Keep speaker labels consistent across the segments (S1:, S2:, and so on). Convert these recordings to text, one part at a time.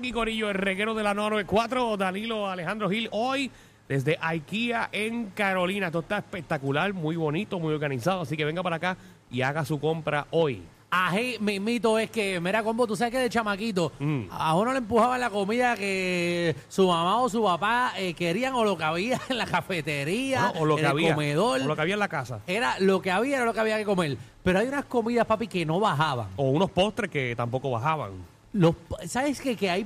S1: Y Corillo, el reguero de la 994, Danilo Alejandro Gil, hoy desde IKEA en Carolina. Todo está espectacular, muy bonito, muy organizado, así que venga para acá y haga su compra hoy.
S2: Ají, mismito es que, mira, combo, tú sabes que de chamaquito,
S1: Mm.
S2: a uno le empujaban la comida que su mamá o su papá eh, querían o lo que había en la cafetería,
S1: Bueno, o lo
S2: en
S1: que
S2: el
S1: había.
S2: comedor.
S1: O lo que había en la casa.
S2: Era lo que había, era lo que había que comer. Pero hay unas comidas, papi, que no bajaban.
S1: O unos postres que tampoco bajaban.
S2: Los, po- ¿Sabes qué? Que hay,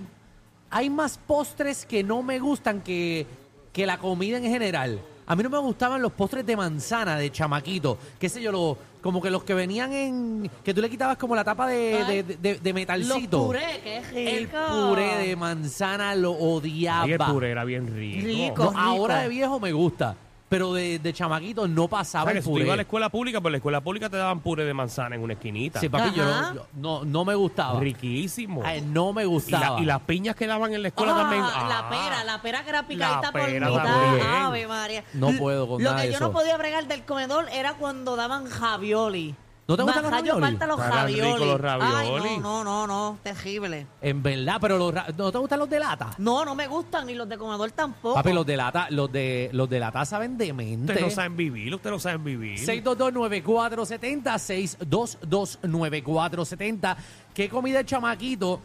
S2: hay más postres que no me gustan que, que la comida en general. A mí no me gustaban los postres de manzana de chamaquito. Qué sé yo, lo- como que los que venían en... Que tú le quitabas como la tapa de,
S3: Ay.
S2: de- de- de metalcito.
S3: Los puré, qué rico.
S2: El puré de manzana lo odiaba.
S1: Y el puré era bien rico.
S3: Rico.
S2: No,
S3: rico.
S2: ahora de viejo me gusta, pero de, de chamaquito no
S1: O
S2: pasaba
S1: sea, que
S2: el
S1: si tú ibas a la
S2: puré.
S1: escuela pública, pero en la escuela pública te daban puré de manzana en una esquinita.
S2: Sí, papi, yo
S3: Ajá.
S2: no, yo- no, no me gustaba.
S1: Riquísimo.
S2: Ay, no me
S1: y, la-
S2: gustaba.
S1: y las piñas que daban en la escuela
S3: Ah,
S1: también.
S3: La
S1: Ah.
S3: pera, la pera que era
S1: La
S3: picadita por
S1: pera también.
S3: mitad. Ave María.
S2: No puedo con
S3: Lo
S2: nada
S3: que
S2: de
S3: yo
S2: eso.
S3: no podía bregar del comedor era cuando daban ravioli.
S2: ¿No te gustan los
S3: Bajayo
S2: ravioli?
S3: falta los
S1: Estaban
S3: ravioli.
S1: ricos los ravioli.
S3: Ay, no, no, no, no, terrible.
S2: En verdad, pero los ra- ¿no te gustan los de lata?
S3: No, no me gustan y los de comedor tampoco.
S2: Papi, los de lata, los de los de lata saben de mente.
S1: Ustedes no saben vivir, ustedes no saben vivir.
S2: 6229470, 6229470. ¿Qué comida de chamaquito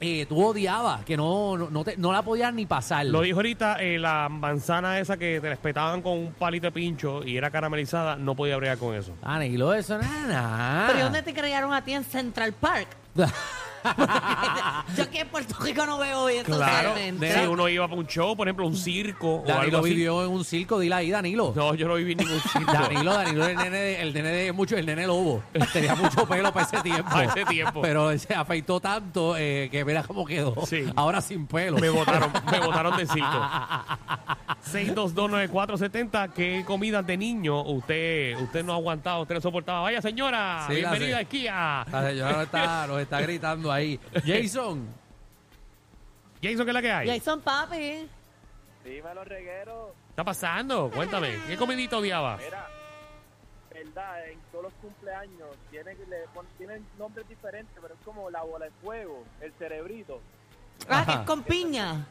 S2: eh, tú odiabas? Que no, no, no te- no la podías ni pasar.
S1: Lo dijo ahorita, eh, la manzana esa que te respetaban con un palito de pincho y era caramelizada, no podía bregar con eso.
S2: Ah, Nilo, eso nada. nada.
S3: Pero ¿y dónde te crearon a ti en Central Park? yo aquí en Puerto Rico no veo bien totalmente.
S1: si uno iba para un show, por ejemplo, un circo o algo
S2: Danilo
S1: así.
S2: vivió en un circo, dile ahí, Danilo.
S1: No, yo no viví en ningún circo.
S2: Danilo, Danilo, el nene, de- el nene de mucho, el nene lobo. Tenía mucho pelo para ese tiempo.
S1: Para ese tiempo.
S2: Pero se afeitó tanto eh, que mira cómo quedó.
S1: Sí.
S2: Ahora sin pelo.
S1: Me votaron, me votaron del circo. 6229470, ¿qué comida de niño usted usted no aguantaba, usted no soportaba? Vaya señora,
S2: Sí, la
S1: bienvenida
S2: sé.
S1: aquí a
S2: La señora nos está, nos está gritando ahí. Jason,
S1: Jason, ¿qué es la que hay?
S3: Jason Papi.
S4: Dímelo, reguero.
S1: ¿Qué está pasando? Cuéntame, ¿qué comidita odiaba?
S4: Mira, verdad, en todos los cumpleaños tienen, le pon- tienen nombres diferentes, pero es como la bola de fuego, el cerebrito.
S3: Ah,
S2: Ajá.
S3: que es con piña.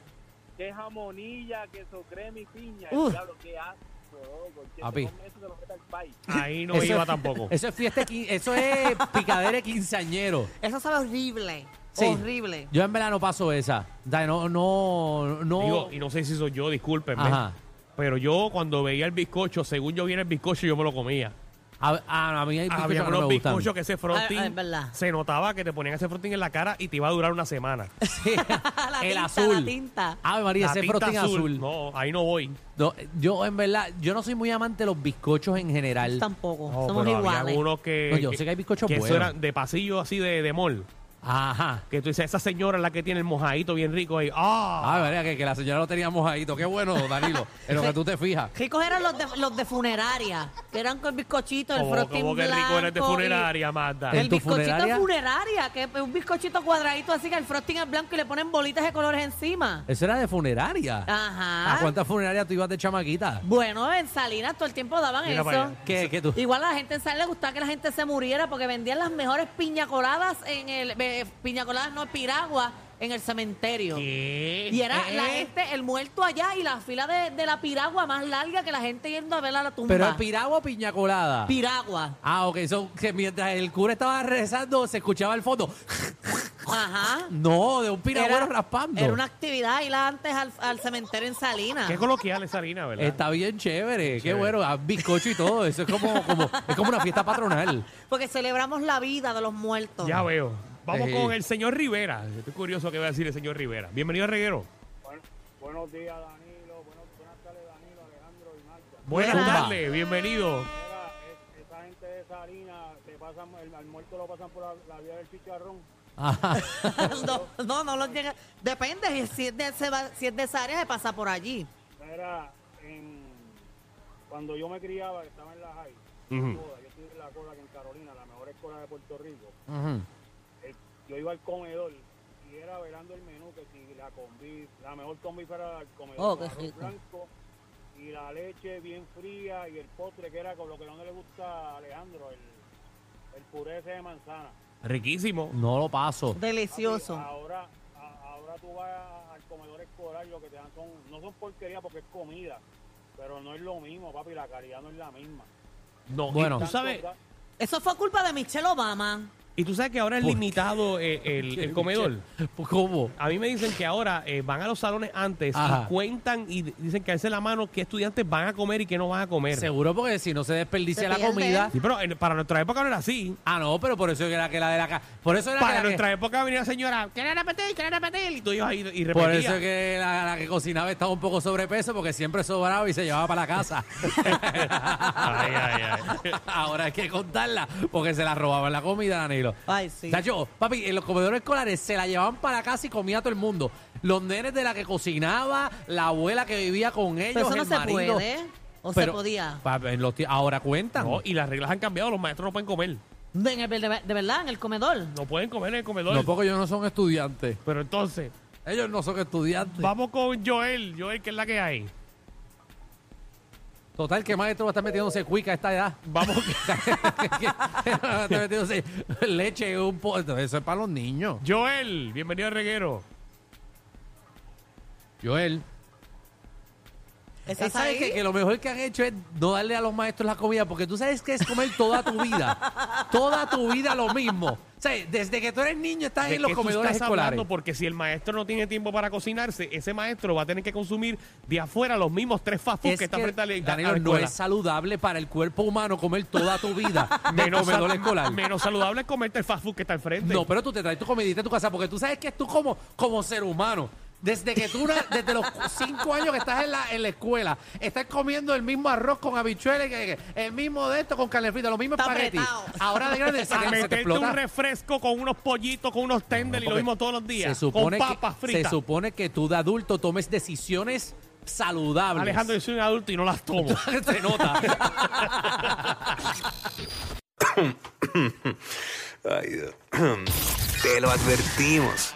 S4: Que jamonilla, queso crema y piña.
S3: Uf.
S4: El diablo, qué asco. loco. El que
S2: Papi.
S4: se come eso se lo mete al país.
S1: Ahí no
S2: Eso-
S1: iba tampoco.
S2: eso es fiesta, de quin- eso es picadera de quinceañero.
S3: Eso sabe horrible.
S2: Sí.
S3: Horrible.
S2: Yo en verdad no paso esa. Da- No, no, no.
S1: Digo, y no sé si soy yo, discúlpenme.
S2: Ajá.
S1: Pero yo cuando veía el bizcocho, según yo viera el bizcocho, yo me lo comía.
S2: A, a- a mí hay bizcochos que
S1: Había
S2: no me
S1: unos
S2: gustan.
S1: bizcochos que ese fronting,
S3: Ah, es verdad.
S1: se notaba que te ponían ese fronting en la cara y te iba a durar una semana.
S2: Sí.
S3: La
S2: el
S3: tinta,
S2: azul.
S3: la tinta.
S2: Ave María,
S1: La
S2: ese
S1: tinta
S2: frosting azul.
S1: No, ahí no voy.
S2: No, yo en verdad, yo no soy muy amante de los bizcochos en general.
S3: Tampoco.
S1: No,
S3: Somos
S1: pero había
S3: iguales.
S1: unos que,
S2: No, yo sé que hay bizcochos
S1: que eso
S2: buenos.
S1: eran de pasillo así de, de mall.
S2: Ajá.
S1: Que tú dices, esa señora es la que tiene el mojadito bien rico ahí. ¡Ah!
S2: Ah, verdad que, que la señora lo tenía mojadito. Qué bueno, Danilo, en lo que tú te fijas.
S3: Ricos eran los de, los de funeraria, que eran con el bizcochito, el
S1: como,
S3: frosting
S1: como Oh, que
S3: blanco.
S1: rico eres de
S3: y-
S1: funeraria, Magda.
S2: ¿En
S3: El
S2: tu
S3: bizcochito
S2: funeraria?
S3: funeraria? funeraria, que es un bizcochito cuadradito así que el frosting es blanco y le ponen bolitas de colores encima.
S2: Eso era de funeraria.
S3: Ajá.
S1: Ah,
S2: ¿A cuántas funerarias tú ibas de chamaquita?
S3: Bueno, en Salinas todo el tiempo daban
S1: Mira para
S3: eso.
S1: allá.
S2: Que, que tú.
S3: Igual a la gente en Salinas le gustaba que la gente se muriera porque vendían las mejores piña coladas en el... eh, piña coladas, no, piragua, en el cementerio.
S1: ¿Qué?
S3: Y era
S1: ¿Eh?
S3: la gente, el muerto allá y la fila de, de la piragua más larga que la gente yendo a ver a la tumba.
S2: Pero el piragua o piña colada.
S3: piragua.
S2: ah, ok, eso que mientras el cura estaba rezando se escuchaba al fondo.
S3: Ajá.
S2: No, de un piragüero
S3: Era-
S2: raspando.
S3: Era una actividad ir antes al, al cementerio en Salinas.
S1: Qué coloquial esa harina, ¿verdad?
S2: Está bien chévere, qué
S1: Chévere.
S2: bueno, ah, bizcocho y todo, eso es como, como, es como una fiesta patronal.
S3: Porque celebramos la vida de los muertos.
S1: Ya veo. Vamos
S2: Sí.
S1: con el señor Rivera. Estoy curioso qué va a decir el señor Rivera. Bienvenido a Reguero.
S4: Bueno, buenos días, Danilo. Buenos- buenas tardes, Danilo, Alejandro y Marta.
S1: Buenas
S2: Buenas.
S1: tardes, bienvenido.
S4: Mira, es- esa gente de esa harina, le pasan, el, al muerto lo pasan por la, la vía del chicharrón.
S2: Ajá.
S3: no, no, no los llega. Depende, si es, de, ese va- si es de esa área, se pasa por allí.
S4: Mira, en, cuando yo me criaba, que estaba en la high,
S1: Ujú.
S4: toda, yo estudié en la cola en Carolina, la mejor escuela de Puerto Rico.
S2: Ujú.
S4: El- yo iba al comedor y era velando el menú, que si la combi, la mejor combi era el comedor
S3: Oh,
S4: con
S3: qué
S4: arroz
S3: rico.
S4: blanco y la leche bien fría y el postre que era con lo que no le gusta a Alejandro, el, el puré ese de manzana.
S1: Riquísimo.
S2: No lo paso.
S4: Papi,
S3: Delicioso.
S4: Ahora, a- ahora tú vas a- al comedor escolar y lo que te dan son, no son porquería porque es comida, pero no es lo mismo, papi, la calidad no es la misma.
S1: No,
S2: Bueno.
S1: y tú sabes,
S4: Tanto-
S3: Eso fue culpa de Michelle Obama.
S1: y tú sabes que ahora es
S2: ¿Por qué?
S1: limitado eh, el, el comedor.
S2: Pues, ¿Cómo?
S1: A mí me dicen que ahora eh, van a los salones antes
S2: Ajá.
S1: y cuentan y dicen que alce la mano qué estudiantes van a comer y qué no van a comer.
S2: Seguro porque si no se desperdicia
S3: Se
S2: la
S3: pierde.
S2: comida.
S1: Sí, pero en- para nuestra época no era así.
S2: Ah, no, pero por eso era que la de la ca- Por eso era que
S1: Para
S2: la que-
S1: nuestra época venía la señora, ¿quieren repetir? ¿Quieren repetir? Y tú ibas ahí y repetías.
S2: Por eso es que la, la que cocinaba estaba un poco sobrepeso porque siempre sobraba y se llevaba para la casa.
S1: Ay, ay, ay.
S2: Ahora hay que contarla porque se la robaban la comida, Danilo.
S3: Ay, sí.
S2: Chacho, papi, en los comedores escolares se la llevaban para la casa y comía todo el mundo. Los nenes de la que cocinaba, la abuela que vivía con ellos,
S3: Pero eso no
S2: el
S3: se
S2: marido.
S3: puede. ¿eh? ¿O se
S2: Pero,
S3: podía?
S2: papi, en los tie- ahora cuentan.
S1: No, y las reglas han cambiado, los maestros no pueden comer.
S3: De, en el- de- de verdad, en el comedor.
S1: No pueden comer en el comedor.
S2: No, porque ellos no son estudiantes.
S1: Pero entonces,
S2: Ellos no son estudiantes.
S1: vamos con Joel. Joel, que es la que hay.
S2: Total, que maestro va a estar metiéndose cuica a esta edad?
S1: Vamos.
S2: va a estar metiéndose leche en un po- Eso es para los niños.
S1: Joel, bienvenido al reguero.
S2: Joel.
S3: ¿Estás
S2: ¿Sabes
S3: ahí?
S2: qué? Que lo mejor que han hecho es no darle a los maestros la comida, porque tú sabes que es comer toda tu vida. toda tu vida lo mismo. O sea, desde que tú eres niño estás
S1: ¿De
S2: en los
S1: qué tú
S2: comedores
S1: estás
S2: escolares.
S1: hablando? Porque si el maestro no tiene tiempo para cocinarse, ese maestro va a tener que consumir de afuera los mismos tres fast food
S2: Es
S1: que está
S2: que,
S1: frente a la, a la
S2: Danilo, no
S1: escuela.
S2: es saludable para el cuerpo humano comer toda tu vida de
S1: menos,
S2: comedor
S1: sal-
S2: escolar.
S1: menos saludable es comerte el fast food que está enfrente.
S2: No, pero tú te traes tu comidita a tu casa porque tú sabes que tú como, como ser humano, desde que tú, na- desde los cinco años que estás en la, en la escuela, estás comiendo el mismo arroz con habichuelas, que- que- el mismo de esto con carne frita, lo mismo
S3: Está
S2: espagueti.
S3: apretado.
S2: Ahora de grande se,
S1: a
S2: te- se te
S1: meterte
S2: explota.
S1: un refresco con unos pollitos, con unos tenders y lo
S2: Porque
S1: mismo todos los días.
S2: Se supone,
S1: con papas
S2: que, se
S1: fritas.
S2: supone que tú de adulto tomes decisiones saludables.
S1: Alejandro, yo soy un adulto y no las tomo.
S2: se nota.
S5: Ay, Dios. Te lo advertimos.